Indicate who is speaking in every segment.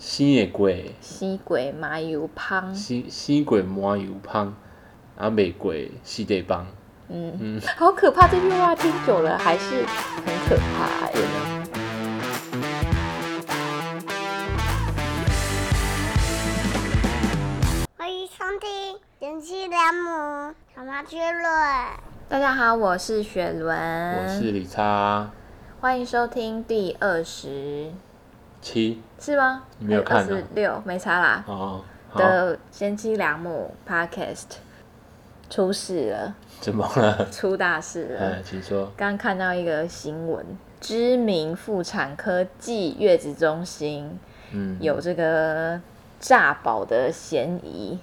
Speaker 1: 生的过，
Speaker 2: 生过麻油芳，
Speaker 1: 生生过麻油芳，啊未过四地帮。
Speaker 2: 嗯，好可怕！这句话听久了还是很可怕、
Speaker 1: 对
Speaker 2: 欸。
Speaker 1: 啊，
Speaker 3: 欢迎收听《贤妻良母小马趣论》。
Speaker 2: 大家好，我是雪
Speaker 1: 我是
Speaker 2: 伦，
Speaker 1: 李叉
Speaker 2: 欢迎收听第二十，
Speaker 1: 七
Speaker 2: 是吗？哎
Speaker 1: 你没有看啊
Speaker 2: 二十六没差啦。
Speaker 1: 哦，好，
Speaker 2: 的贤妻良母 Podcast 出事了，
Speaker 1: 怎么了？
Speaker 2: 出大事了。
Speaker 1: 哎，请说。
Speaker 2: 刚看到一个新闻，知名妇产科暨月子中心
Speaker 1: 嗯，
Speaker 2: 有这个诈保的嫌疑，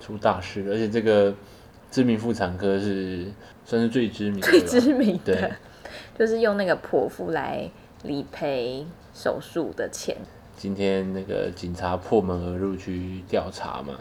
Speaker 1: 出大事了，而且这个知名妇产科是算是最知名的吧，
Speaker 2: 最知名的
Speaker 1: 啊对，
Speaker 2: 就是用那个剖腹来理赔手术的钱，
Speaker 1: 今天那个警察破门而入去调查嘛，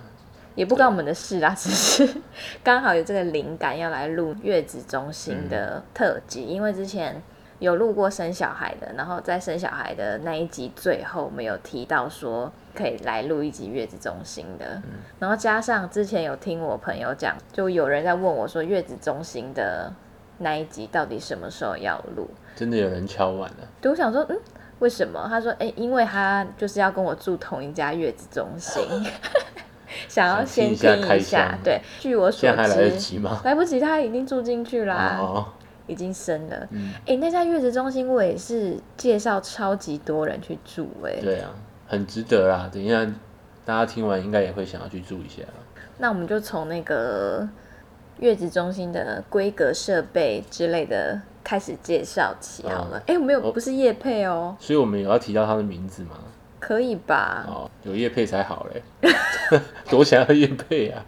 Speaker 2: 也不关我们的事啦，只是 刚好有这个灵感要来录月子中心的特辑，因为之前有录过生小孩的，然后在生小孩的那一集最后，我们有提到说可以来录一集月子中心的，然后加上之前有听我朋友讲，就有人在问我说月子中心的那一集到底什么时候要录，
Speaker 1: 真的有人敲碗了、
Speaker 2: 对，我想说，嗯，为什么？他说，哎、因为他就是要跟我住同一家月子中心， 想要
Speaker 1: 想听
Speaker 2: 先
Speaker 1: 一下
Speaker 2: 听
Speaker 1: 开
Speaker 2: 一
Speaker 1: 箱
Speaker 2: 下。对，据我所
Speaker 1: 现
Speaker 2: 知，
Speaker 1: 在还来得及吗？
Speaker 2: 来不及，他已经住进去啦，
Speaker 1: 哦，
Speaker 2: 已经生了。
Speaker 1: 嗯，
Speaker 2: 哎、那家月子中心我也是介绍超级多人去住、哎，
Speaker 1: 对啊，很值得啦。等一下大家听完应该也会想要去住一下啦。
Speaker 2: 那我们就从那个月子中心的规格、设备之类的开始介绍起好了。哎、我没有，
Speaker 1: 哦
Speaker 2: 不是叶配哦，
Speaker 1: 所以我们有要提到他的名字吗？
Speaker 2: 可以吧？
Speaker 1: 哦，有叶配才好嘞， 多想要叶配啊。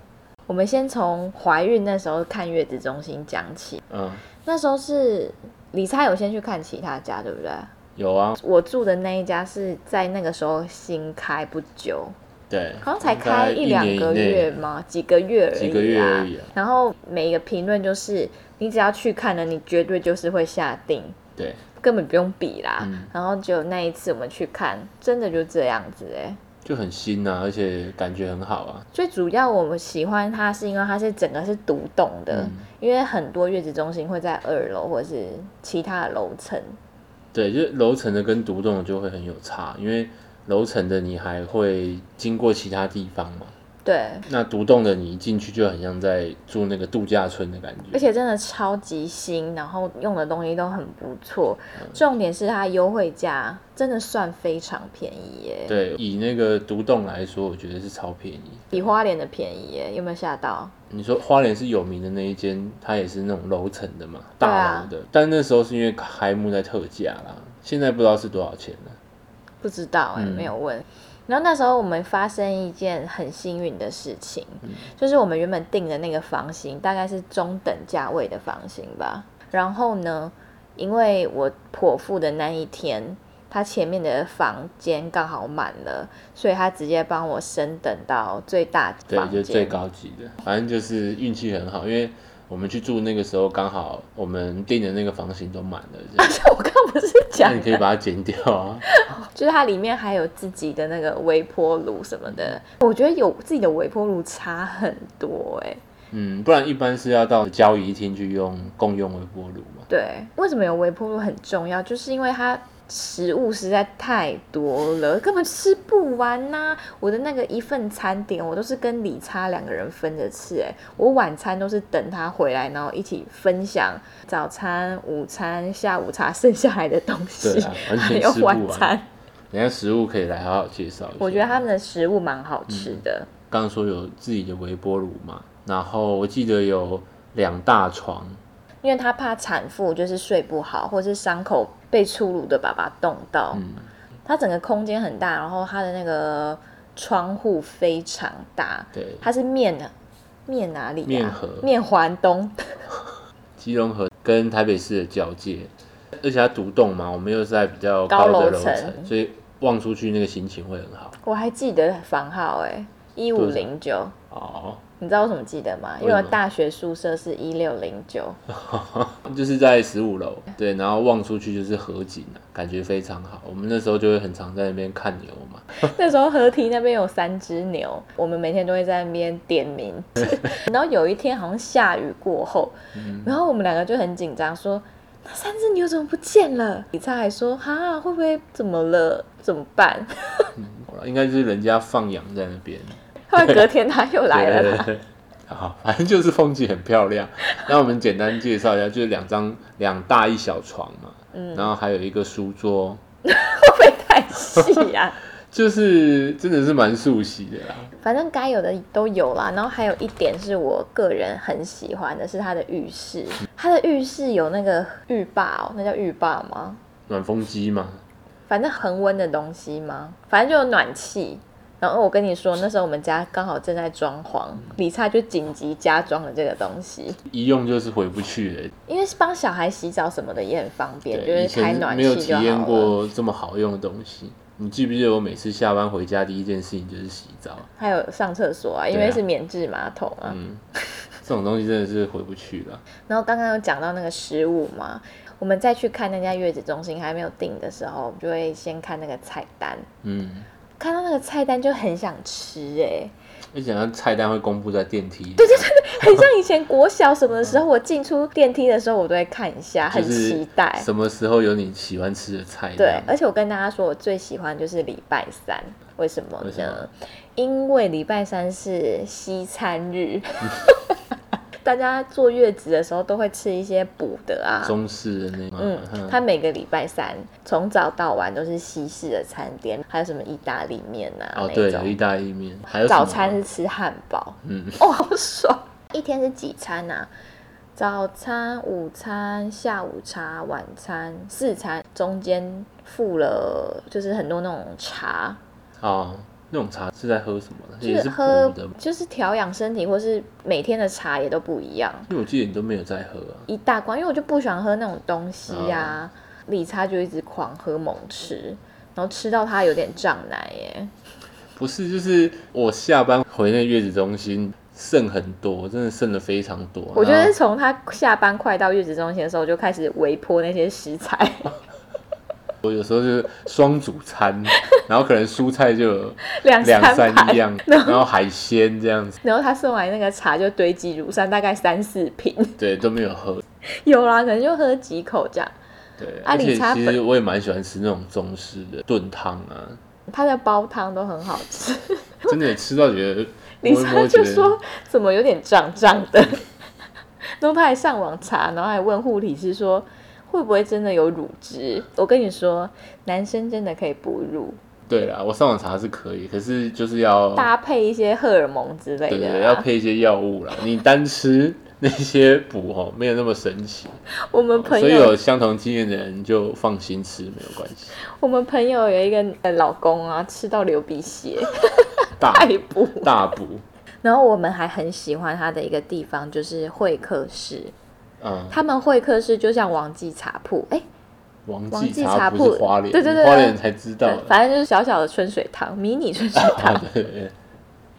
Speaker 2: 我们先从怀孕那时候看月子中心讲起。
Speaker 1: 嗯，
Speaker 2: 那时候是李差有先去看其他家，对不对？
Speaker 1: 有啊，
Speaker 2: 我住的那一家是在那个时候新开不久，
Speaker 1: 对，
Speaker 2: 好像才
Speaker 1: 大
Speaker 2: 开
Speaker 1: 概
Speaker 2: 一两
Speaker 1: 年以
Speaker 2: 个
Speaker 1: 内
Speaker 2: 月吗？几个月而已、啊，
Speaker 1: 几个月而已啊
Speaker 2: 然后每一个评论就是，你只要去看了，你绝对就是会下定，
Speaker 1: 对，
Speaker 2: 根本不用比啦。
Speaker 1: 嗯
Speaker 2: 然后就那一次我们去看，真的就这样子哎、
Speaker 1: 就很新啊，而且感觉很好啊。
Speaker 2: 最主要我们喜欢它是因为它是整个是独栋的，
Speaker 1: 嗯
Speaker 2: 因为很多月子中心会在二楼或者是其他的楼层。
Speaker 1: 对，就是楼层的跟独栋的就会很有差，因为楼层的你还会经过其他地方嘛。
Speaker 2: 对，
Speaker 1: 那独栋的你一进去就很像在住那个度假村的感觉，
Speaker 2: 而且真的超级新，然后用的东西都很不错。重点是它优惠价真的算非常便宜耶，
Speaker 1: 对，以那个独栋来说，我觉得是超便宜。
Speaker 2: 比花莲的便宜耶，有没有吓到？
Speaker 1: 你说花莲是有名的那一间，它也是那种楼层的嘛，
Speaker 2: 对啊
Speaker 1: 大楼的，但那时候是因为开幕在特价啦，现在不知道是多少钱了。
Speaker 2: 不知道哎、
Speaker 1: 嗯
Speaker 2: 没有问。然后那时候我们发生一件很幸运的事情，
Speaker 1: 嗯
Speaker 2: 就是我们原本订的那个房型大概是中等价位的房型吧。然后呢，因为我剖腹的那一天，他前面的房间刚好满了，所以他直接帮我升等到最大
Speaker 1: 对，
Speaker 2: 房
Speaker 1: 就
Speaker 2: 间，
Speaker 1: 是最高级的，反正就是运气很好，因为我们去住那个时候刚好我们订的那个房型都满了，这 样
Speaker 2: 我刚刚不是讲
Speaker 1: 那你可以把它剪掉啊。
Speaker 2: 就是它里面还有自己的那个微波炉什么的，我觉得有自己的微波炉差很多哎、
Speaker 1: 嗯，不然一般是要到交易厅去用共用微波炉嘛。
Speaker 2: 对，为什么有微波炉很重要？就是因为它食物实在太多了，根本吃不完呐、我的那个一份餐点，我都是跟李差两个人分着吃、欸，我晚餐都是等他回来，然后一起分享早餐、午餐、下午茶剩下来的东西，
Speaker 1: 对啊，完
Speaker 2: 还
Speaker 1: 全
Speaker 2: 有
Speaker 1: 吃不
Speaker 2: 晚
Speaker 1: 完。
Speaker 2: 餐。
Speaker 1: 等一下食物可以来好好介绍一下。
Speaker 2: 我觉得他们的食物蛮好吃的，
Speaker 1: 刚刚说有自己的微波炉嘛，然后我记得有两大床，
Speaker 2: 因为他怕产妇就是睡不好，或是伤口被出炉的粑粑冻到。
Speaker 1: 嗯，
Speaker 2: 它整个空间很大，然后它的那个窗户非常大，
Speaker 1: 对，
Speaker 2: 它是面的面哪里、啊？
Speaker 1: 面河
Speaker 2: 面环东，
Speaker 1: 基隆河跟台北市的交界，而且它独栋嘛，我们又是在比较
Speaker 2: 高
Speaker 1: 的
Speaker 2: 楼
Speaker 1: 楼
Speaker 2: 层
Speaker 1: 层，所以望出去那个心情会很好。
Speaker 2: 我还记得房号哎、一五零九，
Speaker 1: 哦，
Speaker 2: 你知道为什么记得吗？因
Speaker 1: 为
Speaker 2: 为
Speaker 1: 什么
Speaker 2: 我大学宿舍是一六零九，
Speaker 1: 就是在十五楼，对，然后望出去就是河景啊，感觉非常好。我们那时候就会很常在那边看牛嘛，
Speaker 2: 那时候河堤那边有三只牛，我们每天都会在那边点 名字。然后有一天好像下雨过后，然后我们两个就很紧张，说那三只牛怎么不见了？李灿还说哈会不会怎么了？怎么办？
Speaker 1: 好了应该是人家放羊在那边。
Speaker 2: 后来隔天他又来了啦。
Speaker 1: 对。 好，反正就是风景很漂亮。那我们简单介绍一下，就是两张两大一小床嘛，
Speaker 2: 嗯
Speaker 1: 然后还有一个书桌，
Speaker 2: 会不会太细呀、
Speaker 1: 就是真的是蛮熟悉的啦。
Speaker 2: 反正该有的都有啦。然后还有一点是我个人很喜欢的，是它的浴室。它的浴室有那个浴霸哦，那叫浴霸吗？
Speaker 1: 暖风机嘛，
Speaker 2: 反正恒温的东西吗？反正就有暖气。然后我跟你说，那时候我们家刚好正在装潢，李灿就紧急加装了这个东西，
Speaker 1: 一用就是回不去了。
Speaker 2: 因为帮小孩洗澡什么的也很方便，就
Speaker 1: 对，以
Speaker 2: 是开
Speaker 1: 前
Speaker 2: 暖
Speaker 1: 没有
Speaker 2: 气
Speaker 1: 体
Speaker 2: 就
Speaker 1: 验
Speaker 2: 好了。
Speaker 1: 过这么好用的东西。你记不记得我每次下班回家第一件事情就是洗澡？
Speaker 2: 还有上厕所啊，因
Speaker 1: 对
Speaker 2: 为
Speaker 1: 啊
Speaker 2: 是免治马桶啊。
Speaker 1: 嗯， 这种东西真的是回不去了。
Speaker 2: 然后刚刚有讲到那个食物嘛，我们再去看那家月子中心还没有订的时候，我们就会先看那个菜单，
Speaker 1: 嗯，
Speaker 2: 看到那个菜单就很想吃哎、
Speaker 1: 而且它菜单会公布在电梯里，
Speaker 2: 很像以前国小什么的时候，我进出电梯的时候我都会看一下，很
Speaker 1: 嗯就是
Speaker 2: 期待。
Speaker 1: 什么时候有你喜欢吃的菜？这
Speaker 2: 对
Speaker 1: 样，
Speaker 2: 而且我跟大家说，我最喜欢就是礼拜三，为什么呢？
Speaker 1: 为什么
Speaker 2: 因为礼拜三是西餐 日，大家坐月子的时候都会吃一些补的啊，
Speaker 1: 中式的那个，
Speaker 2: 嗯，他每个礼拜三从早到晚都是西式的餐点，还有什么意大利面啊、
Speaker 1: 哦，
Speaker 2: 那
Speaker 1: 对，有意
Speaker 2: 种。
Speaker 1: 大利面，还有什么
Speaker 2: 早餐是吃汉堡，
Speaker 1: 嗯，
Speaker 2: 哦，好爽！一天是几餐啊？早餐、午餐、下午茶、晚餐四餐，中间附了就是很多那种茶，
Speaker 1: 哦，那种茶是在喝什么呢？
Speaker 2: 就
Speaker 1: 也
Speaker 2: 是
Speaker 1: 是补
Speaker 2: 喝
Speaker 1: 的，
Speaker 2: 就是调养身体，或是每天的茶也都不一样。
Speaker 1: 因为我记得你都没有在喝啊。
Speaker 2: 一大罐，因为我就不喜欢喝那种东西呀、
Speaker 1: 嗯
Speaker 2: 理查就一直狂喝猛吃，然后吃到他有点胀奶
Speaker 1: 嗯
Speaker 2: 耶。
Speaker 1: 不是，就是我下班回那月子中心剩很多，真的剩了非常多。
Speaker 2: 我觉
Speaker 1: 然后
Speaker 2: 得从他下班快到月子中心的时候，我就开始微波那些 食材，
Speaker 1: 我有时候就是双主 餐，然后可能蔬菜就有
Speaker 2: 两
Speaker 1: 两
Speaker 2: 三
Speaker 1: 三
Speaker 2: 盘。
Speaker 1: 样，然后海鲜这样子，
Speaker 2: 然后他送来那个茶就堆积如山，大概三四瓶，
Speaker 1: 对，都没有喝。
Speaker 2: 有啦，可能就喝几口这样。
Speaker 1: 对，
Speaker 2: 啊
Speaker 1: 而且
Speaker 2: 理查
Speaker 1: 其实
Speaker 2: 本
Speaker 1: 我也蛮喜欢吃那种中式的炖汤啊，
Speaker 2: 他的煲汤都很好吃，
Speaker 1: 真的吃到觉 得
Speaker 2: 李
Speaker 1: 摸一
Speaker 2: 查
Speaker 1: 摸
Speaker 2: 就
Speaker 1: 觉得
Speaker 2: 说怎么有点胀胀的， 然后他还上网查，然后还问护理师说会不会真的有乳汁？我跟你说，男生真的可以哺乳，
Speaker 1: 对啦，我上网查是可以，可是就是要
Speaker 2: 搭配一些荷尔蒙之类
Speaker 1: 哦对对，
Speaker 2: 的
Speaker 1: 要
Speaker 2: 啊。
Speaker 1: 配一些药物啦。你单吃那些补哦，没有那么神奇，
Speaker 2: 我们朋
Speaker 1: 所以有
Speaker 2: 友，
Speaker 1: 相同经验的人就放心吃，没有关系。
Speaker 2: 我们朋友有一个呃老公啊，吃到流鼻血，
Speaker 1: 大
Speaker 2: 爱补。
Speaker 1: 大补，
Speaker 2: 然后我们还很喜欢他的一个地方就是会客室，
Speaker 1: 嗯，
Speaker 2: 他们会客室就像王记茶铺，哎，
Speaker 1: 王
Speaker 2: 王
Speaker 1: 记
Speaker 2: 记
Speaker 1: 茶
Speaker 2: 茶
Speaker 1: 不是
Speaker 2: 铺
Speaker 1: 花莲，
Speaker 2: 对对对
Speaker 1: 花
Speaker 2: 对
Speaker 1: 莲才知道
Speaker 2: 反正就是小小的春水堂，迷你春水 堂
Speaker 1: 啊。对对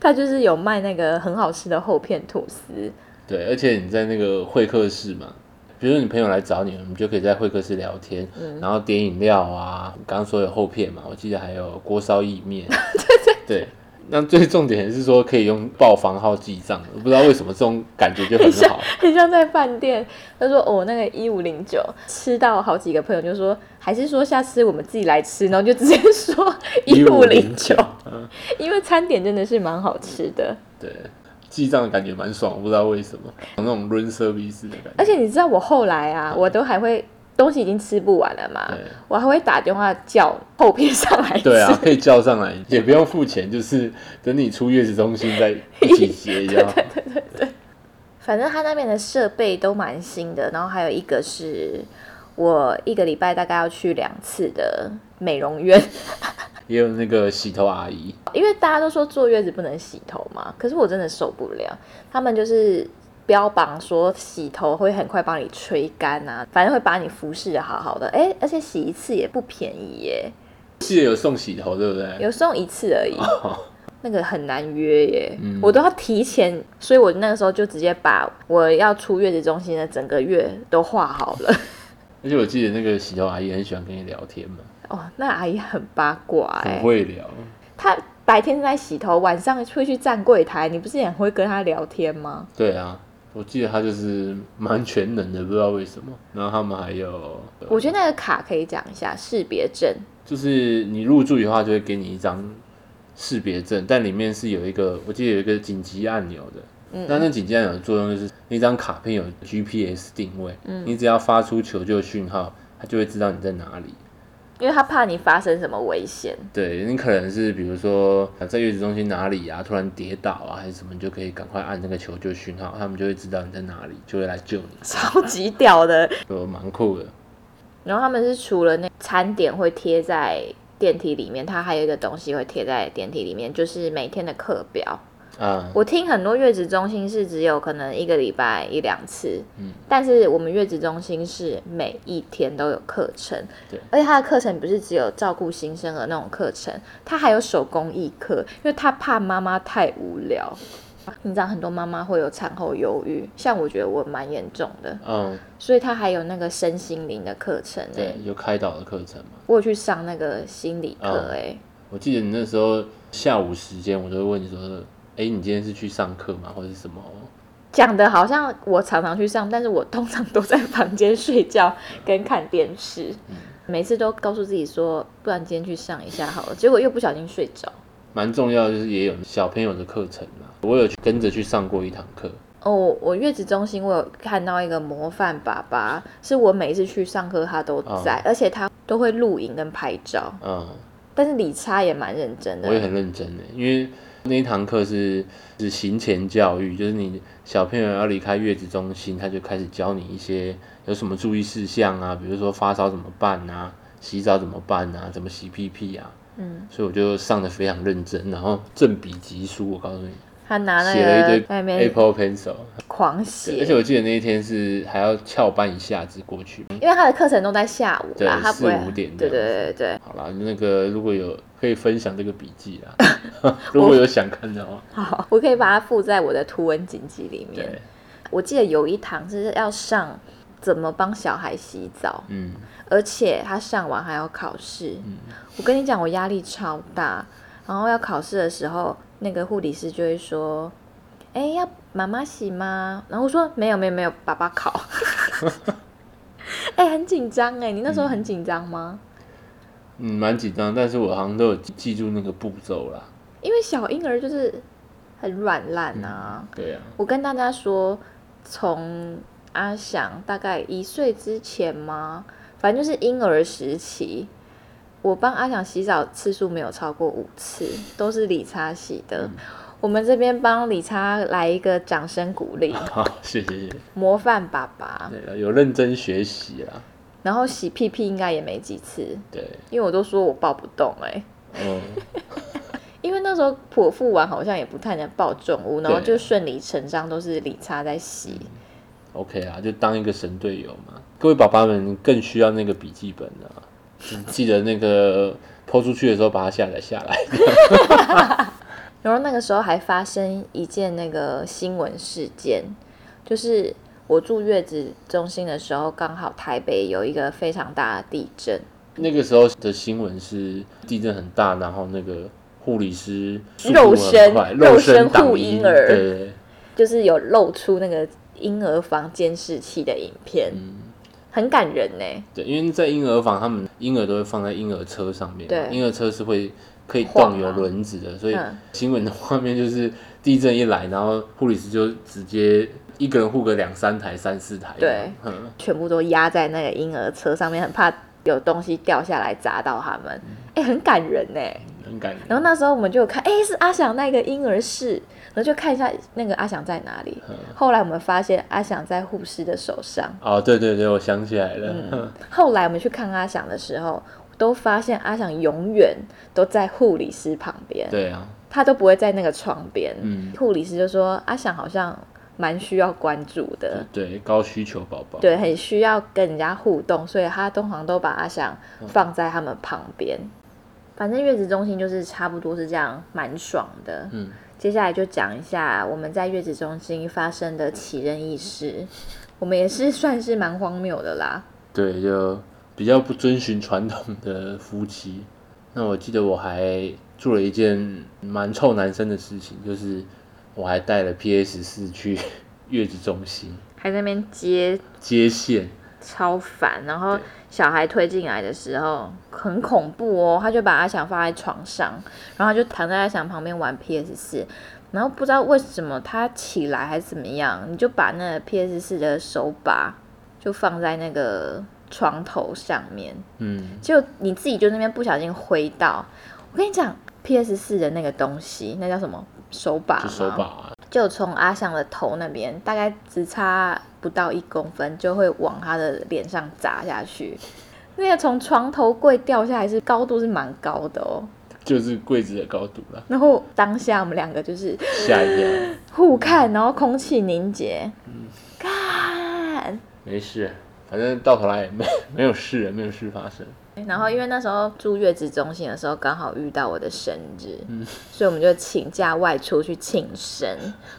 Speaker 2: 他就是有卖那个很好吃的厚片吐司，
Speaker 1: 对，而且你在那个会客室嘛。比如你朋友来找你，我们就可以在会客室聊天，
Speaker 2: 嗯
Speaker 1: 然后点饮料啊。刚刚说有厚片嘛，我记得还有锅烧意 面，对。那最重点是说可以用报房号记账，我不知道为什么这种感觉就很
Speaker 2: 很像
Speaker 1: 好。
Speaker 2: 很像在饭店。他说哦，那个一五零九吃到好几个朋友就说，还是说下次我们自己来吃，然后就直接说 一五零九，
Speaker 1: 嗯，
Speaker 2: 因为餐点真的是蛮好吃的。
Speaker 1: 对，记账的感觉蛮爽，我不知道为什么，有那种 run service 的感觉。
Speaker 2: 而且你知道我后来啊，我都还会东西已经吃不完了嘛
Speaker 1: 对，
Speaker 2: 我还会打电话叫后片上来吃。
Speaker 1: 对啊，可以叫上来，也不用付钱，就是等你出月子中心再一起 结这样。
Speaker 2: 反正他那边的设备都蛮新的，然后还有一个是我一个礼拜大概要去两次的美容院，
Speaker 1: 也有那个洗头阿姨，
Speaker 2: 因为大家都说坐月子不能洗头嘛，可是我真的受不了，他们就是。标榜说洗头会很快帮你吹干啊，反正会把你服侍的好好的，哎、而且洗一次也不便宜耶，
Speaker 1: 记得有送洗头，对不对？
Speaker 2: 有时候一次而已，那个很难约耶，
Speaker 1: 哦嗯
Speaker 2: 我都要提前，所以我那个时候就直接把我要出月子中心的整个月都画好了。
Speaker 1: 而且我记得那个洗头阿姨很喜欢跟你聊天嘛，
Speaker 2: 哦，那阿姨很八卦哎、
Speaker 1: 很会聊。
Speaker 2: 他白天在洗头，晚上会去站柜台，你不是也会跟他聊天吗？
Speaker 1: 对啊，我记得他就是蛮全能的，不知道为什么。然后他们还有，
Speaker 2: 我觉得那个卡可以讲一下识别证，
Speaker 1: 就是你入住以后，他就会给你一张识别证，但里面是有一个，我记得有一个紧急按钮的。
Speaker 2: 嗯
Speaker 1: 那那紧急按钮的作用就是那张卡片有 GPS 定位，
Speaker 2: 嗯
Speaker 1: 你只要发出求救讯号，它就会知道你在哪里。
Speaker 2: 因为他怕你发生什么危险。
Speaker 1: 对你可能是比如说呃在月子中心哪里啊，突然跌倒啊，还是什么，你就可以赶快按那个求救讯号，他们就会知道你在哪里，就会来救你，
Speaker 2: 超级屌的。
Speaker 1: 就蛮酷的。
Speaker 2: 然后他们是除了那餐点会贴在电梯里面，它还有一个东西会贴在电梯里面，就是每天的课表。
Speaker 1: 啊，
Speaker 2: 我听很多月子中心是只有可能一个礼拜一两次，
Speaker 1: 嗯
Speaker 2: 但是我们月子中心是每一天都有课程，
Speaker 1: 对
Speaker 2: 而且它的课程不是只有照顾新生儿那种课程，它还有手工艺课，因为他怕妈妈太无聊。你知道很多妈妈会有产后忧郁，像我觉得我蛮严重的，
Speaker 1: 嗯，
Speaker 2: 所以他还有那个身心灵的课程、欸，
Speaker 1: 对，有开导的课程嘛。
Speaker 2: 我有去上那个心理课
Speaker 1: 嗯
Speaker 2: 哎、
Speaker 1: 我记得你那时候下午时间，我都会问你说，哎、你今天是去上课吗，或者是什么？
Speaker 2: 讲的好像我常常去上，但是我通常都在房间睡觉跟看电视，
Speaker 1: 嗯
Speaker 2: 每次都告诉自己说，不然今天去上一下好了，结果又不小心睡着。
Speaker 1: 蛮重要的就是也有小朋友的课程啦，我有去跟着去上过一堂课，
Speaker 2: 哦，我月子中心我有看到一个模范爸爸，是我每次去上课他都
Speaker 1: 啊
Speaker 2: 在，而且他都会录影跟拍照，
Speaker 1: 嗯，
Speaker 2: 但是理查也蛮认真的
Speaker 1: 我。也很认真的，欸因为那一堂课是是行前教育，就是你小朋友要离开月子中心，他就开始教你一些有什么注意事项啊，比如说发烧怎么办啊，洗澡怎么办啊，怎么洗屁屁啊，
Speaker 2: 嗯，
Speaker 1: 所以我就上的非常认真，然后正比级书，我告诉你，
Speaker 2: 他拿那
Speaker 1: 写了一
Speaker 2: 个在那
Speaker 1: 堆
Speaker 2: 边
Speaker 1: Apple Pencil，
Speaker 2: 狂
Speaker 1: 对而且
Speaker 2: 写，
Speaker 1: 我记得那一天是还要翘班一下子过去。
Speaker 2: 因为他的课程都在下午
Speaker 1: 对
Speaker 2: 啦，他不会
Speaker 1: 四五点这
Speaker 2: 对
Speaker 1: 样子
Speaker 2: 对对对。
Speaker 1: 好啦，那个如果有可以分享这个笔记啦， 如果有想看的话，
Speaker 2: 好，我可以把它附在我的图文锦记里面
Speaker 1: 对。，
Speaker 2: 我记得有一堂是要上怎么帮小孩洗澡，
Speaker 1: 嗯，
Speaker 2: 而且他上完还要考试。我跟你讲，我压力超大。然后要考试的时候，那个护理师就会说：“哎，要妈妈洗吗？”然后我说：“没有，没有，没有，爸爸考。” 哎、很紧张哎，你那时候很紧张吗？
Speaker 1: 嗯，蛮紧张，但是我好像都有记记住那个步骤啦。
Speaker 2: 因为小婴儿就是很软烂啊。
Speaker 1: 对啊，
Speaker 2: 我跟大家说，从阿翔大概一岁之前吗？反正就是婴儿时期，我帮阿翔洗澡次数没有超过五次，都是理查洗的。我们这边帮理查来一个掌声鼓励，
Speaker 1: 好，谢谢谢谢，
Speaker 2: 模范爸爸。
Speaker 1: 对啊，有认真学习啦，
Speaker 2: 然后洗屁屁应该也没几次，
Speaker 1: 对，
Speaker 2: 因为我都说我抱不动哎、
Speaker 1: 嗯，
Speaker 2: 因为那时候剖腹完好像也不太能抱重物，然后
Speaker 1: 对
Speaker 2: 就顺理成章都是理查在洗。
Speaker 1: OK 啊，就当一个神队友嘛。各位爸爸们更需要那个笔记本了、啊，只记得那个抛出去的时候把它下载下来。
Speaker 2: 然后那个时候还发生一件那个新闻事件，就是我住月子中心的时候，刚好台北有一个非常大的地震，
Speaker 1: 那个时候的新闻是地震很大，然后那个护理师速度
Speaker 2: 肉身
Speaker 1: 很快
Speaker 2: 肉
Speaker 1: 肉
Speaker 2: 身
Speaker 1: 身挡
Speaker 2: 护
Speaker 1: 阴
Speaker 2: 婴儿
Speaker 1: 对对对
Speaker 2: 就是有露出那个婴儿房监视器的影片，很感人呢、
Speaker 1: 对，因为在婴儿房，他们婴儿都会放在婴儿车上面，
Speaker 2: 对
Speaker 1: 婴儿车是会可以
Speaker 2: 晃
Speaker 1: 动有
Speaker 2: 啊
Speaker 1: 轮子的，所以
Speaker 2: 嗯
Speaker 1: 新闻的画面就是地震一来，然后护理师就直接一个人护个两三台、三四台，
Speaker 2: 对，
Speaker 1: 嗯，
Speaker 2: 全部都压在那个婴儿车上面，很怕有东西掉下来砸到他们，哎、很感人呢、
Speaker 1: 很感
Speaker 2: 然
Speaker 1: 人。
Speaker 2: 后那时候我们就有看，哎，是阿翔那个婴儿室，然后就看一下那个阿翔在哪里。后来我们发现阿翔在护士的手上。
Speaker 1: 哦，对对对，我想起来了，哼
Speaker 2: 后来我们去看阿翔的时候，都发现阿翔永远都在护理师旁边，
Speaker 1: 对啊，
Speaker 2: 他都不会在那个床边。
Speaker 1: 嗯
Speaker 2: 护理师就说阿翔好像蛮需要关注的，
Speaker 1: 对，高需求宝宝，
Speaker 2: 嗯对，很需要跟人家互动，所以他通常都把阿翔
Speaker 1: 嗯
Speaker 2: 放在他们旁边。反正月子中心就是差不多是这样，蛮爽的。
Speaker 1: 嗯，
Speaker 2: 接下来就讲一下我们在月子中心发生的奇人异事，我们也是算是蛮荒谬的啦。
Speaker 1: 对，就比较不遵循传统的夫妻。那我记得我还做了一件蛮臭男生的事情，就是我还带了 PS 四去月子中心
Speaker 2: 还在那边接
Speaker 1: 接线，
Speaker 2: 超烦，然后
Speaker 1: 对
Speaker 2: 小孩推进来的时候很恐怖哦，他就把阿翔放在床上，然后他就躺在阿翔旁边玩 PS 四，然后不知道为什么他起来还是怎么样，你就把那个 PS 四的手把就放在那个床头上面，
Speaker 1: 嗯，
Speaker 2: 就你自己就那边不小心挥到，我跟你讲，PS 四的那个东西，那叫什么手把
Speaker 1: 就
Speaker 2: 吗？
Speaker 1: 手把、啊，
Speaker 2: 就从阿翔的头那边，大概只差不到一公分，就会往他的脸上砸下去。那个从床头柜掉下来是高度是蛮高的哦。
Speaker 1: 就是柜子的高度了，
Speaker 2: 然后当下我们两个就是
Speaker 1: 吓一跳，
Speaker 2: 互看，然后空气凝结，干。
Speaker 1: 没事，反正到头来也没没有事，没有事发生，
Speaker 2: 然后因为那时候住月子中心的时候，刚好遇到我的生日，所以我们就请假外出去庆生，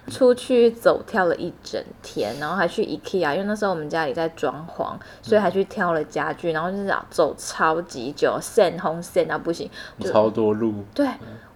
Speaker 2: 出去走跳了一整天，然后还去 IKEA，因为那时候我们家里在装潢，所以还去挑了家具，然后就是走超级久，扇红扇到不行，就
Speaker 1: 超多路，
Speaker 2: 对，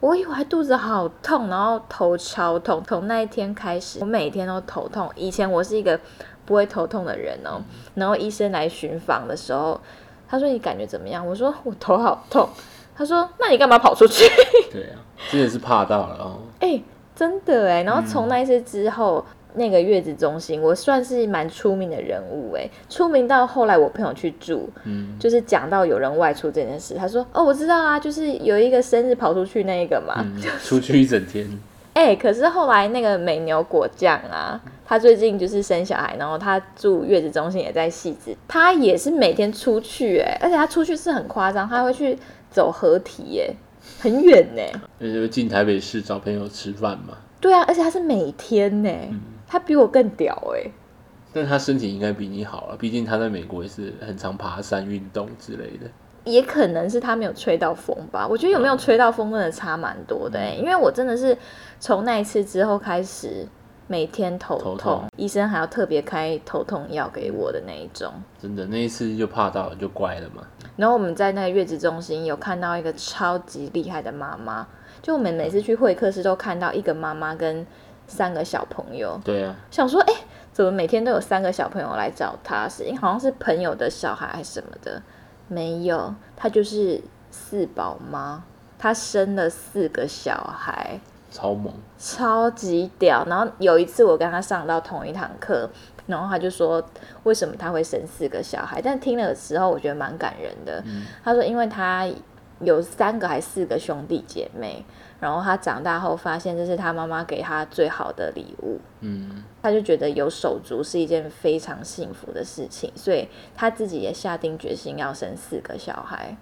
Speaker 2: 我以为肚子好痛，然后头超痛。从那一天开始，我每天都头痛。以前我是一个不会头痛的人哦。然后医生来巡访的时候，他说你感觉怎么样？我说我头好痛。他说那你干嘛跑出去？
Speaker 1: 对啊，真的是怕到了哦，
Speaker 2: 哎、真的哎。然后从那一次之后。那个月子中心，我算是蛮出名的人物哎，出名到后来我朋友去住，
Speaker 1: 嗯，
Speaker 2: 就是讲到有人外出这件事，他说哦我知道啊，就是有一个生日跑出去那一个嘛，
Speaker 1: 嗯出去一整天，
Speaker 2: 哎、可是后来那个美牛果酱啊，她最近就是生小孩，然后她住月子中心也在戏子，她也是每天出去哎、而且她出去是很夸张，她会去走合体哎、很远呢、
Speaker 1: 那就进台北市找朋友吃饭嘛，
Speaker 2: 对啊，而且她是每天呢、
Speaker 1: 嗯
Speaker 2: 她比我更屌哎、
Speaker 1: 但他身体应该比你好了，毕竟他在美国也是很常爬山、运动之类的。
Speaker 2: 也可能是他没有吹到风吧，我觉得有没
Speaker 1: 嗯
Speaker 2: 有吹到风真的差蛮多的、欸，因为我真的是从那一次之后开始每天头
Speaker 1: 头
Speaker 2: 痛，
Speaker 1: 痛
Speaker 2: 医生还要特别开头痛药给我的那一种。
Speaker 1: 真的，那一次就怕到了，就乖了嘛。
Speaker 2: 然后我们在那个月子中心有看到一个超级厉害的妈妈，就我们每次去会客室都看到一个妈妈跟三个小朋友，
Speaker 1: 对啊，
Speaker 2: 想说哎，诶怎么每天都有三个小朋友来找她？是因为好像是朋友的小孩还是什么的？没有，她就是四宝妈，她生了四个小孩。
Speaker 1: 超猛，
Speaker 2: 超级屌。然后有一次我跟他上到同一堂课，然后他就说为什么他会生四个小孩，但听了之后我觉得蛮感人的。他说因为他有三个还四个兄弟姐妹，然后他长大后发现这是他妈妈给他最好的礼物。
Speaker 1: 嗯，
Speaker 2: 他就觉得有手足是一件非常幸福的事情，所以他自己也下定决心要生四个小孩，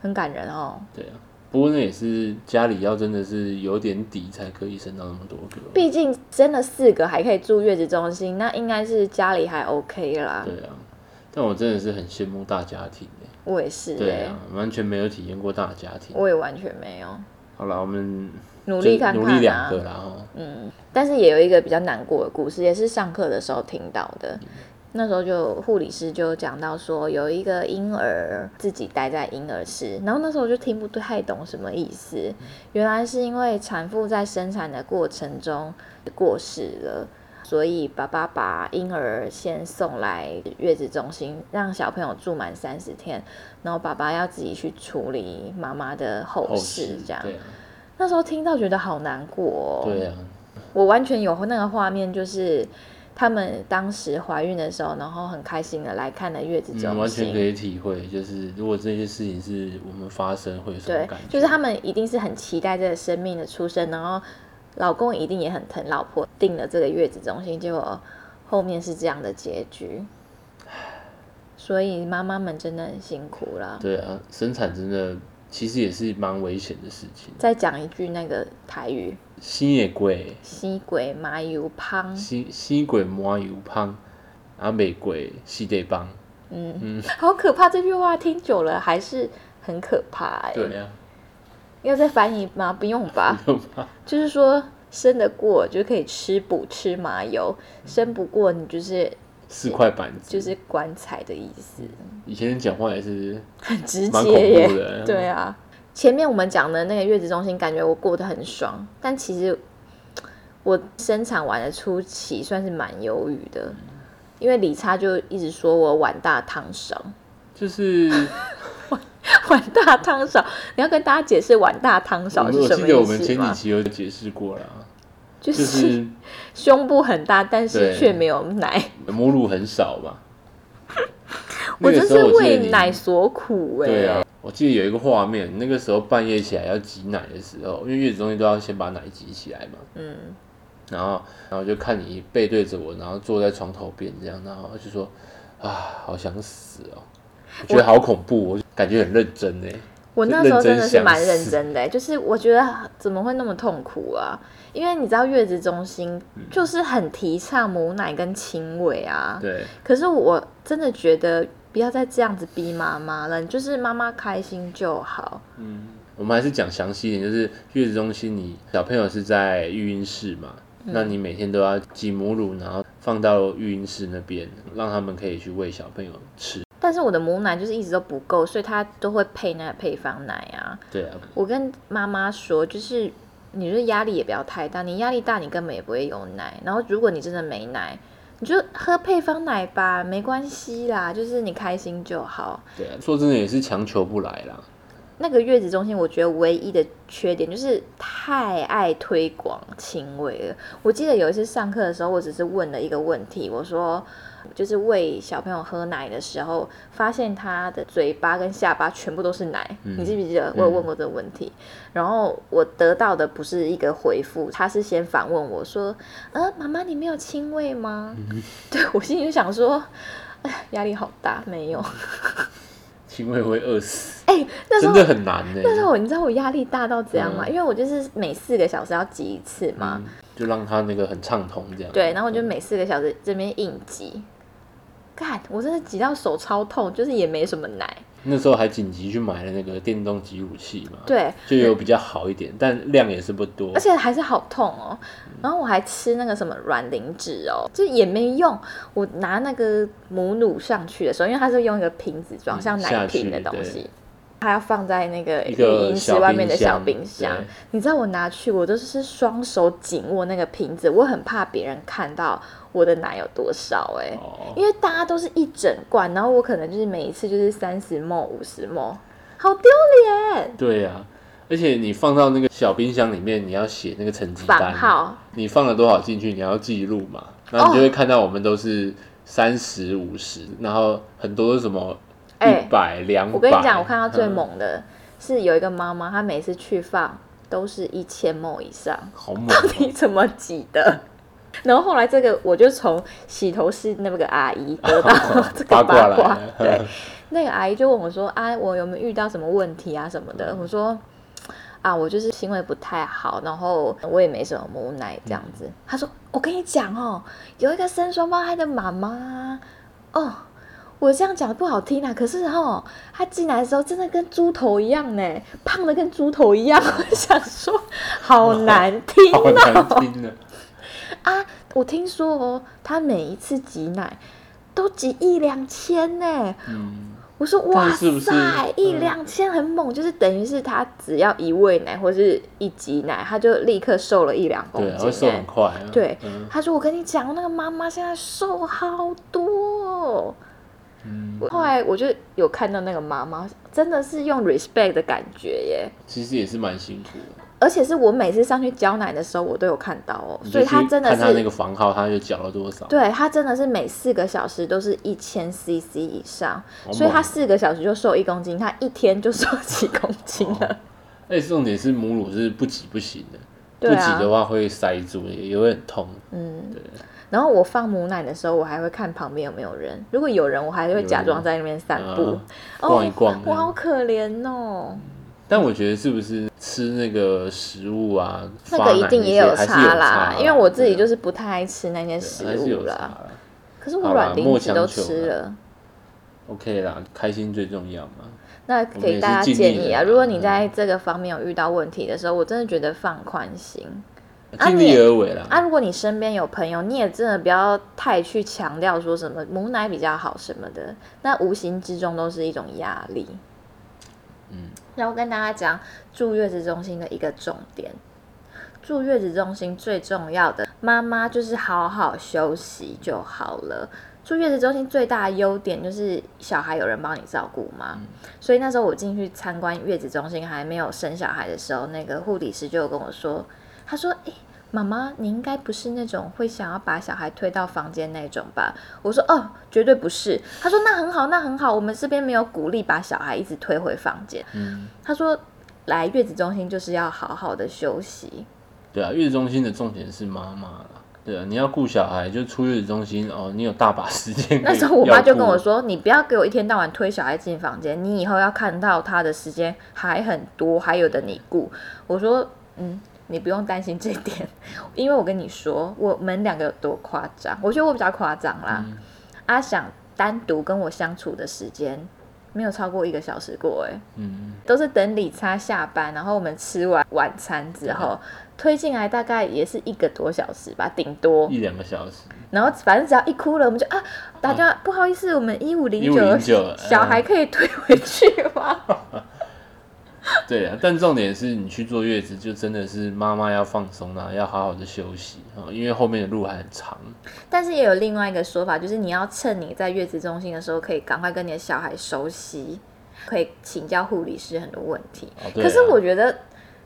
Speaker 2: 很感人哦。
Speaker 1: 对啊。不过那也是家里要真的是有点底才可以生到那么多个。
Speaker 2: 毕竟生了四个还可以住月子中心，那应该是家里还 OK 啦。
Speaker 1: 对啊，但我真的是很羡慕大家庭欸
Speaker 2: 我也是、欸，欸
Speaker 1: 对啊，完全没有体验过大家庭。
Speaker 2: 我也完全没有
Speaker 1: 好了，我们
Speaker 2: 努
Speaker 1: 就
Speaker 2: 力看看、啊、
Speaker 1: 努力两个啦哦。
Speaker 2: 但是也有一个比较难过的故事，也是上课的时候听到的。那时候就护理师就讲到说，有一个婴儿自己待在婴儿室，然后那时候我就听不太懂什么意思。原来是因为产妇在生产的过程中过世了，所以爸爸把婴儿先送来月子中心，让小朋友住满三十天，然后爸爸要自己去处理妈妈的后
Speaker 1: 后
Speaker 2: 事
Speaker 1: 事，
Speaker 2: 这样。
Speaker 1: 对啊，
Speaker 2: 那时候听到觉得好难过、哦。
Speaker 1: 对啊，
Speaker 2: 我完全有那个画面，就是他们当时怀孕的时候，然后很开心的来看了月子
Speaker 1: 嗯，
Speaker 2: 中
Speaker 1: 完全
Speaker 2: 心。
Speaker 1: 可以体会，就是如果这些事情是我们发生会有什么
Speaker 2: 对
Speaker 1: 感觉？，
Speaker 2: 就是他们一定是很期待这个生命的出生，然后老公一定也很疼老婆，订了这个月子中心，结果后面是这样的结局。所以妈妈们真的很辛 苦了。
Speaker 1: 对啊，生产真的其实也是蛮危险的事情，
Speaker 2: 再讲一句那个台语：
Speaker 1: 心也贵。
Speaker 2: 西鬼麻油胖，
Speaker 1: 西西鬼麻油胖，啊美鬼西得帮。
Speaker 2: 好可怕！这句话听久了还是很可怕哎、
Speaker 1: 对啊呀、
Speaker 2: 要再翻译吗？不用吧。
Speaker 1: 啊，怕
Speaker 2: 就是说生得过就可以吃补吃麻油，生不过你就是
Speaker 1: 四块板子。
Speaker 2: 就是棺材的意思，
Speaker 1: 以前讲话也是
Speaker 2: 很直
Speaker 1: 嗯蛮恐
Speaker 2: 接耶
Speaker 1: 怖的。
Speaker 2: 对啊，前面我们讲的那个月子中心，感觉我过得很爽，但其实我生产完的初期算是蛮忧郁的，因为理查就一直说我碗大汤少，
Speaker 1: 就是
Speaker 2: 碗大汤少，你要跟大家解释碗大汤
Speaker 1: 我
Speaker 2: 少
Speaker 1: 们
Speaker 2: 是
Speaker 1: 我
Speaker 2: 什
Speaker 1: 记
Speaker 2: 么
Speaker 1: 得我
Speaker 2: 意
Speaker 1: 们
Speaker 2: 思
Speaker 1: 前几
Speaker 2: 吗？
Speaker 1: 期有解释过啦，
Speaker 2: 就
Speaker 1: 就是 是
Speaker 2: 胸部很大，但是
Speaker 1: 对
Speaker 2: 却没有奶，
Speaker 1: 母乳很少嘛。
Speaker 2: 我
Speaker 1: 那
Speaker 2: 真
Speaker 1: 个时
Speaker 2: 是
Speaker 1: 候我记得
Speaker 2: 为
Speaker 1: 你
Speaker 2: 奶所苦哎、
Speaker 1: 对啊，我记得有一个画面，那个时候半夜起来要挤奶的时候，因为月子中心都要先把奶挤起来嘛。
Speaker 2: 嗯，
Speaker 1: 然后，然后就看你背对着我，然后坐在床头边这样，然后就说啊，好想死哦，我觉得好恐怖，我感觉很认真哎。
Speaker 2: 我
Speaker 1: 就
Speaker 2: 那时候
Speaker 1: 认真
Speaker 2: 真的是
Speaker 1: 想
Speaker 2: 蛮认
Speaker 1: 死
Speaker 2: 真的欸、就是我觉得怎么会那么痛苦啊？因为你知道月子中心
Speaker 1: 嗯
Speaker 2: 就是很提倡母奶跟亲喂啊，
Speaker 1: 对，
Speaker 2: 可是我真的觉得不要再这样子逼妈妈了，就是妈妈开心就好。
Speaker 1: 我们还是讲详细一点，就是月子中心，你小朋友是在育婴室嘛，那你每天都要挤母乳，然后放到育婴室那边，让他们可以去喂小朋友吃。
Speaker 2: 但是我的母奶就是一直都不够，所以她都会配那个配方奶啊。
Speaker 1: 对啊，
Speaker 2: 我跟妈妈说，就是你说压力也不要太大，你压力大你根本也不会有奶。然后如果你真的没奶，你就喝配方奶吧，没关系啦，就是你开心就好。
Speaker 1: 对啊，说真的也是强求不来啦。
Speaker 2: 那个月子中心，我觉得唯一的缺点就是太爱推广亲喂了。我记得有一次上课的时候，我只是问了一个问题，我说就是喂小朋友喝奶的时候，发现他的嘴巴跟下巴全部都是奶，
Speaker 1: 嗯
Speaker 2: 你记不记得我有问过这个问题？然后我得到的不是一个回复，他是先反问我说：“呃，妈妈，你没有亲喂吗？”对我心里就想说，哎压力好大，没有。
Speaker 1: 亲喂会饿死，
Speaker 2: 哎、那时
Speaker 1: 真
Speaker 2: 候
Speaker 1: 的很难呢、欸
Speaker 2: 那时候我你知道我压力大到怎样吗？
Speaker 1: 嗯
Speaker 2: 因为我就是每四个小时要挤一次嘛，
Speaker 1: 嗯，就让他那个很畅通这样。嗯
Speaker 2: 对，然后我就每四个小时这边硬挤，干，我真的挤到手超痛，就是也没什么奶，
Speaker 1: 那时候还紧急去买了那个电动挤乳器嘛，，
Speaker 2: 对，
Speaker 1: 就有比较好一点，但量也是不多
Speaker 2: 而。且还是好痛哦。
Speaker 1: 嗯
Speaker 2: 然后我还吃那个什么软磷脂哦，就也没用。我拿那个母乳上去的时候，因为它是用一个瓶子装，
Speaker 1: 嗯
Speaker 2: 像奶
Speaker 1: 下
Speaker 2: 瓶的
Speaker 1: 去
Speaker 2: 东
Speaker 1: 对
Speaker 2: 西。它要放在那个
Speaker 1: 一
Speaker 2: 育
Speaker 1: 个
Speaker 2: 婴室
Speaker 1: 小
Speaker 2: 外
Speaker 1: 冰
Speaker 2: 面的小
Speaker 1: 箱
Speaker 2: 冰箱
Speaker 1: 对，
Speaker 2: 你知道我拿去，我都是双手紧握那个瓶子，我很怕别人看到我的奶有多少哎、
Speaker 1: 哦，
Speaker 2: 因为大家都是一整罐，然后我可能就是每一次就是三十 ml 五十 ml，好丢脸，
Speaker 1: 对呀、而且你放到那个小冰箱里面，你要写那个成绩
Speaker 2: 房
Speaker 1: 单，
Speaker 2: 号哦
Speaker 1: 你放了多少进去，你要记录嘛，然后你就会看到我们都是三十五十，然后很多都是什么
Speaker 2: 哎
Speaker 1: 一百两百。
Speaker 2: 我跟你讲，我看到最
Speaker 1: 嗯、
Speaker 2: 猛的是有一个妈妈，她每次去放都是一千梦以上，
Speaker 1: 好猛、
Speaker 2: 到底
Speaker 1: 哦，
Speaker 2: 怎么挤的？然后后来这个我就从洗头室那个阿姨 得到这个
Speaker 1: 八卦
Speaker 2: 八
Speaker 1: 来
Speaker 2: 卦
Speaker 1: 了，
Speaker 2: 对，那个阿姨就问我说：“啊，我有没有遇到什么问题啊什么的？”我说：“啊，我就是行为不太好，然后我也没什么母奶这样子。她说：“我跟你讲哦，有一个生双胞胎的妈妈哦。”我这样讲不好听啊，可是哦，她进来的时候真的跟猪头一样呢，胖的跟猪头一样。我想说，好难听
Speaker 1: 好难听啊的。
Speaker 2: 啊！我听说哦，她每一次挤奶都挤一两千呢。
Speaker 1: 嗯，
Speaker 2: 我说哇塞，
Speaker 1: 是不是
Speaker 2: 一
Speaker 1: 嗯
Speaker 2: 两千很猛，就是等于是她只要一喂奶或是一挤奶，她就立刻瘦了一两公
Speaker 1: 对啊，会
Speaker 2: 斤
Speaker 1: 瘦
Speaker 2: 欸
Speaker 1: 很。快、啊。
Speaker 2: 对
Speaker 1: 嗯，
Speaker 2: 她说我跟你讲，那个妈妈现在瘦好多哦、
Speaker 1: 嗯
Speaker 2: 我后来我就有看到那个妈妈，真的是用 respect 的感觉耶。
Speaker 1: 其实也是蛮辛苦的。
Speaker 2: 而且是我每次上去交奶的时候，我都有看到哦，
Speaker 1: 你
Speaker 2: 所以
Speaker 1: 就
Speaker 2: 她
Speaker 1: 去
Speaker 2: 真的
Speaker 1: 看他
Speaker 2: 是
Speaker 1: 那个房号，他就缴了多少？
Speaker 2: 对，它真的是每四个小时都是一千 CC 以上，
Speaker 1: 好
Speaker 2: 所以它
Speaker 1: 猛
Speaker 2: 四个小时就瘦一公斤，它一天就瘦几公斤
Speaker 1: 哦
Speaker 2: 了。
Speaker 1: 而且重点是母乳是不挤不行的，
Speaker 2: 对
Speaker 1: 不
Speaker 2: 啊
Speaker 1: 挤的哦话会塞住，也也会很痛。
Speaker 2: 嗯，然后我放母奶的时候，我还会看旁边有没有人，如果有人，我还会假装在那边散步
Speaker 1: 嗯，逛一逛
Speaker 2: 哦。我好可怜哦，
Speaker 1: 但我觉得是不是吃那个食物啊，
Speaker 2: 那
Speaker 1: 发
Speaker 2: 个
Speaker 1: 奶
Speaker 2: 一定也
Speaker 1: 些还是有
Speaker 2: 差啦，因为我自己就是是不太爱吃那些食
Speaker 1: 啊还是
Speaker 2: 物
Speaker 1: 有差
Speaker 2: 啦。
Speaker 1: 啦。
Speaker 2: 可是我
Speaker 1: 好啦
Speaker 2: 软磷
Speaker 1: 莫
Speaker 2: 脂
Speaker 1: 强
Speaker 2: 都
Speaker 1: 求
Speaker 2: 吃
Speaker 1: 啦
Speaker 2: 了。
Speaker 1: OK 啦，开心最重要嘛。
Speaker 2: 那
Speaker 1: 我们
Speaker 2: 给
Speaker 1: 也
Speaker 2: 大家
Speaker 1: 是尽
Speaker 2: 建
Speaker 1: 力
Speaker 2: 议
Speaker 1: 了
Speaker 2: 啊，
Speaker 1: 啦
Speaker 2: 如果你
Speaker 1: 嗯
Speaker 2: 在这个方面有遇到问题的时候，我真的觉得放宽心。啊
Speaker 1: 尽
Speaker 2: 你
Speaker 1: 力
Speaker 2: 也
Speaker 1: 而为啦。
Speaker 2: 啊，如果你身边有朋友，你也真的不要太去强调说什么母奶比较好什么的，那无形之中都是一种压力。
Speaker 1: 嗯
Speaker 2: 然后跟大家讲住月子中心的一个重点。住月子中心最重要的，妈妈就是好好休息就好了。住月子中心最大的优点就是小孩有人帮你照顾嘛，所以那时候我进去参观月子中心还没有生小孩的时候，那个护理师就有跟我说，他说：“诶，妈妈，你应该不是那种会想要把小孩推到房间那种吧？”我说：“哦，绝对不是。”他说：“那很好，那很好，我们这边没有鼓励把小孩一直推回房间。
Speaker 1: 嗯，
Speaker 2: 他说：“来月子中心就是要好好的休息。
Speaker 1: 对啊，月子中心的重点是妈妈啦。对啊，你要顾小孩，就出月子中心哦。你有大把时间可以嗯要顾。
Speaker 2: 那时候我妈就跟我说：“你不要给我一天到晚推小孩进房间，你以后要看到他的时间还很多，还有的你顾。”我说：“嗯，你不用担心这一点， 因为我跟你说，我们两个有多夸张。我觉得我比较夸张啦。阿想单独跟我相处的时间没有超过一个小时过、欸，哎，
Speaker 1: 嗯，
Speaker 2: 都是等李差下班，然后我们吃完晚餐之后推进来，大概也是一个多小时吧，顶多。
Speaker 1: 一两个小时，
Speaker 2: 然后反正只要一哭了，我们就啊打电话，不好意思，我们一五零九 嗯
Speaker 1: 1509
Speaker 2: 小孩可以推回去吗？
Speaker 1: 对啊，但重点是你去坐月子，就真的是妈妈要放松啦、要好好的休息啊、哦因为后面的路还很长。
Speaker 2: 但是也有另外一个说法，就是你要趁你在月子中心的时候，可以赶快跟你的小孩熟悉，可以请教护理师很多问题。
Speaker 1: 哦对啊
Speaker 2: 可是我觉得，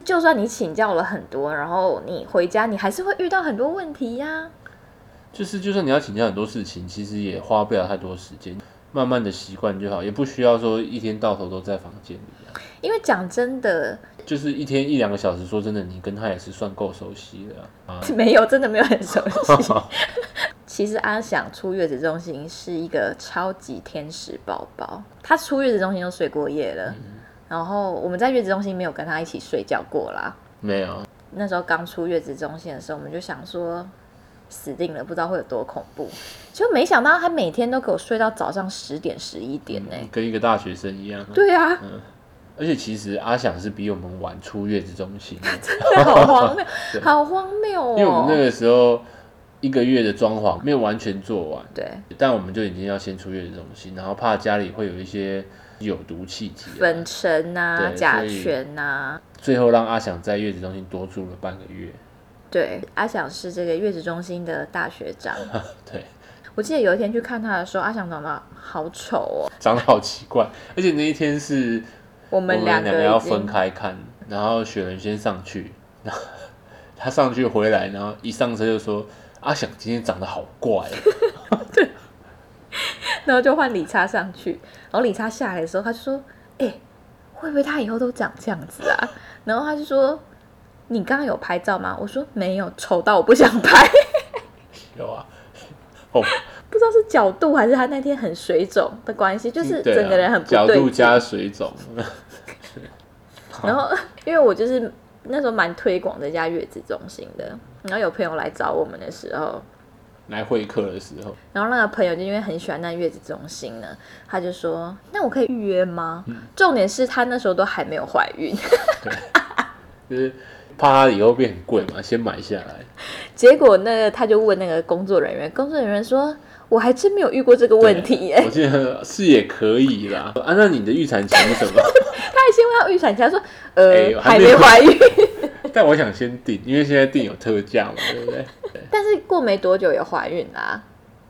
Speaker 2: 就算你请教了很多，然后你回家，你还是会遇到很多问题呀、
Speaker 1: 就是，就算你要请教很多事情，其实也花不了太多时间，慢慢的习惯就好，也不需要说一天到头都在房间里、啊。
Speaker 2: 因为讲真的，
Speaker 1: 就是一天一两个小时，说真的，你跟他也是算够熟悉的 啊。
Speaker 2: 没有，真的没有很熟悉。
Speaker 1: 啊
Speaker 2: 其实阿想出月子中心是一个超级天使宝宝，他出月子中心就睡过夜了，
Speaker 1: 嗯
Speaker 2: 然后我们在月子中心没有跟他一起睡觉过啦。
Speaker 1: 没有，
Speaker 2: 那时候刚出月子中心的时候，我们就想说死定了，不知道会有多恐怖，就没想到他每天都给我睡到早上十点十一点呢、
Speaker 1: 嗯跟一个大学生一样啊。
Speaker 2: 对啊，
Speaker 1: 而且其实阿想是比我们晚出月子中心的，
Speaker 2: 真的啊 好荒谬，好荒谬
Speaker 1: 因为我们那
Speaker 2: 哦。
Speaker 1: 个时候一个月的装潢没有完全做完，
Speaker 2: 对，
Speaker 1: 但我们就已经要先出月子中心，然后怕家里会有一些有毒气体、啊，
Speaker 2: 粉尘啊，
Speaker 1: 对
Speaker 2: 甲
Speaker 1: 所以
Speaker 2: 醛啊，
Speaker 1: 最后让阿想在月子中心多住了半个月。
Speaker 2: 对，阿想是这个月子中心的大学 长。
Speaker 1: 对，
Speaker 2: 我记得有一天去看他的时候，阿翔长得好丑哦。
Speaker 1: 长得好奇怪，而且那一天是
Speaker 2: 我
Speaker 1: 我
Speaker 2: 们
Speaker 1: 们两
Speaker 2: 个
Speaker 1: 个
Speaker 2: 已
Speaker 1: 要
Speaker 2: 经
Speaker 1: 分开看，然后雪人先上去，然后 他上去回来，然后一上车就说：“阿想今天长得好怪哦。
Speaker 2: 然后就换李叉上去，然后李叉下来的时候，他就说：“哎、会不会他以后都长这样子啊？”然后他就说：“你刚刚有拍照吗？”我说：“没有，丑到我不想拍。”
Speaker 1: 有啊，哦，
Speaker 2: 不知道是角度还是他那天很水肿的关系，就是整
Speaker 1: 对啊
Speaker 2: 个人很不
Speaker 1: 角
Speaker 2: 对
Speaker 1: 度
Speaker 2: 劲。
Speaker 1: 加水肿，
Speaker 2: 然后 因为我就是那时候蛮推广这家月子中心的，然后有朋友来找我们的时候，
Speaker 1: 来会客的时候，
Speaker 2: 然后那个朋友就因为很喜欢那月子中心呢，他就说：“那我可以预约吗？”
Speaker 1: 嗯
Speaker 2: 重点是他那时候都还没有怀孕，
Speaker 1: 就是怕他以后变很贵嘛，先买下来。
Speaker 2: 结果那个他就问那个工作人员，工作人员说：“我还真没有遇过这个问题耶。
Speaker 1: 啊我记得是也可以啦。啊，那你的预产期是什 么？”
Speaker 2: 他还先问他预产期，他说：“呃，
Speaker 1: 哎呦
Speaker 2: 还
Speaker 1: 还
Speaker 2: 没
Speaker 1: 没
Speaker 2: 怀孕。
Speaker 1: 但我想先订，因为现在订有特价嘛，对不对？”
Speaker 2: 但是过没多久有怀孕啦、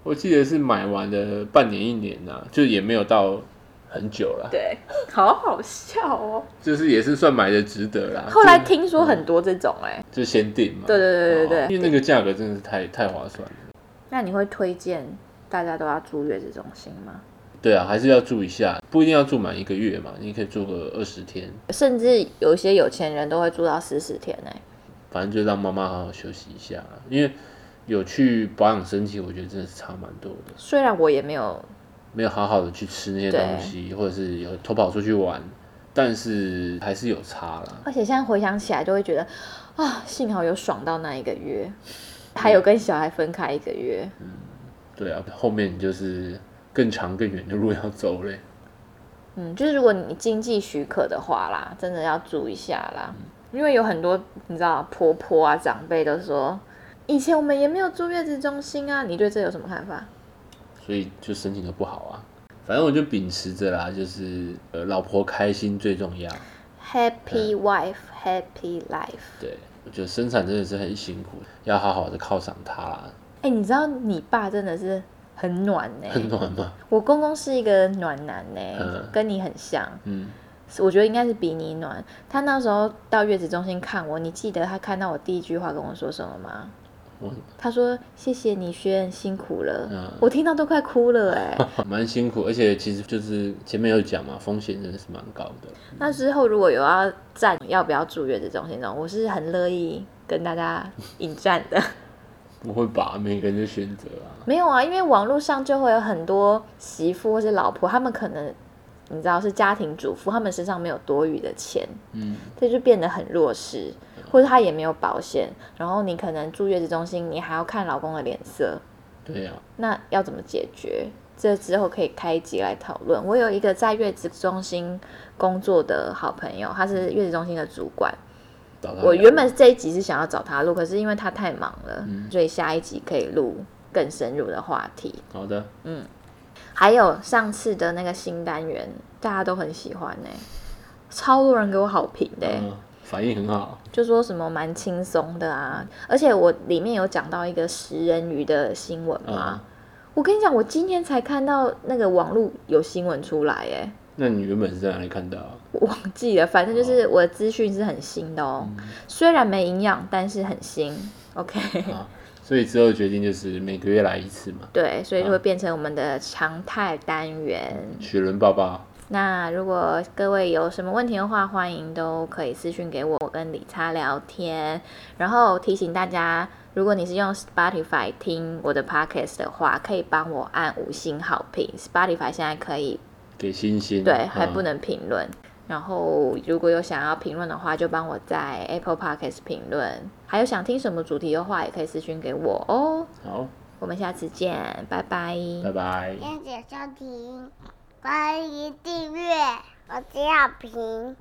Speaker 1: 我记得是买完了半年一年呐、就也没有到很久啦，
Speaker 2: 对，好好笑哦。
Speaker 1: 就是也是算买的值得啦。
Speaker 2: 后来
Speaker 1: 就
Speaker 2: 听说很多这种哎、
Speaker 1: 就先订嘛，
Speaker 2: 对对对对对
Speaker 1: 哦因为那个价格真的是太太划算了。
Speaker 2: 那你会推荐大家都要住月子中心吗？
Speaker 1: 对啊，还是要住一下，不一定要住满一个月嘛，你可以住个二十天，
Speaker 2: 甚至有一些有钱人都会住到四十天哎、
Speaker 1: 反正就让妈妈好好休息一下啦，因为有去保养身体，我觉得真的是差蛮多的。
Speaker 2: 虽然我也没有
Speaker 1: 没有好好的去吃那些
Speaker 2: 对
Speaker 1: 东西，或者是有偷跑出去玩，但是还是有差啦。
Speaker 2: 而且现在回想起来，就会觉得啊，幸好有爽到那一个月，
Speaker 1: 嗯
Speaker 2: 还有跟小孩分开一个月。
Speaker 1: 对啊，后面就是更长更远的路要走嘞。
Speaker 2: 嗯，就是如果你经济许可的话啦，真的要注意一下啦，因为有很多你知道婆婆啊长辈都说，以前我们也没有住月子中心啊，你对这有什么看法？
Speaker 1: 所以就身体都不好啊。反正我就秉持着啦，就是呃，老婆开心最重要。
Speaker 2: Happy wife, happy life。
Speaker 1: 嗯对，我觉得生产真的是很辛苦，要好好的犒赏她啦，
Speaker 2: 哎、你知道你爸真的是很暖呢、
Speaker 1: 很暖嘛。
Speaker 2: 我公公是一个暖男呢、
Speaker 1: 嗯
Speaker 2: 跟你很像，
Speaker 1: 嗯，
Speaker 2: 是我觉得应该是比你暖。他那时候到月子中心看我，你记得他看到我第一句话跟我说什么吗？
Speaker 1: 我
Speaker 2: 他说：“谢谢你，学恩辛苦了。
Speaker 1: 嗯
Speaker 2: 我听到都快哭了哎、
Speaker 1: 蛮辛苦，而且其实就是前面有讲嘛，风险真的是蛮高的。
Speaker 2: 那之后如果有要站要不要住月子中心那种，我是很乐意跟大家引战的。
Speaker 1: 不会吧？每个人的选择啊，
Speaker 2: 没有啊，因为网络上就会有很多媳妇或是老婆，他们可能你知道是家庭主妇，他们身上没有多余的钱，
Speaker 1: 嗯，
Speaker 2: 这就变得很弱势，或者他也没有保险，然后你可能住月子中心，你还要看老公的脸色，
Speaker 1: 对啊呀、
Speaker 2: 那要怎么解决？这之后可以开一集来讨论。我有一个在月子中心工作的好朋友，他是月子中心的主管。
Speaker 1: 找他
Speaker 2: 我
Speaker 1: 聊
Speaker 2: 原本这一集是想要找他录，可是因为他太忙了，所以下一集可以录更深入的话题。
Speaker 1: 好的，
Speaker 2: 还有上次的那个新单元，大家都很喜欢呢、超多人给我好评的欸、
Speaker 1: 嗯，反应很好，
Speaker 2: 就说什么蛮轻松的啊，而且我里面有讲到一个食人鱼的新闻嘛。我跟你讲，我今天才看到那个网络有新闻出来、哎，
Speaker 1: 那你原本是在哪里看到啊？
Speaker 2: 我忘记了，反正就是我的资讯是很新的哦，虽然没营养，但是很新。OK，、
Speaker 1: 啊所以之后决定就是每个月来一次嘛，
Speaker 2: 对，所以就会变成我们的常态单元。
Speaker 1: 雪伦抱抱，
Speaker 2: 那如果各位有什么问题的话，欢迎都可以私讯给我，我跟理查聊天。然后提醒大家，如果你是用 Spotify 听我的 podcast 的话，可以帮我按五星好评。Spotify 现在可以
Speaker 1: 给星星，
Speaker 2: 对，
Speaker 1: 嗯
Speaker 2: 还不能评论。然后如果有想要评论的话，就帮我在 Apple Podcast 评论。还有想听什么主题的话，也可以私讯给我哦。
Speaker 1: 嗯好，
Speaker 2: 我们下次见，拜拜。
Speaker 1: 拜
Speaker 2: 嗯
Speaker 1: 拜。
Speaker 3: 谢谢收听，欢迎订阅，我是小平。